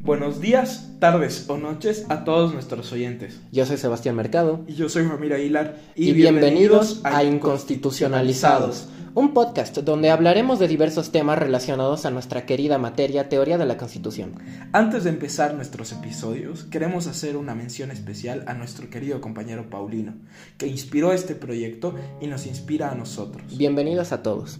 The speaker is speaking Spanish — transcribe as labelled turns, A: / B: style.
A: Buenos días, tardes o noches a todos nuestros oyentes.
B: Yo soy Sebastián Mercado.
A: Y yo soy Ramiro Aguilar.
B: Y, bienvenidos, a Inconstitucionalizados, un podcast donde hablaremos de diversos temas relacionados a nuestra querida materia Teoría de la Constitución.
A: Antes de empezar nuestros episodios, queremos hacer una mención especial a nuestro querido compañero Paulino, que inspiró este proyecto y nos inspira a nosotros.
B: Bienvenidos a todos.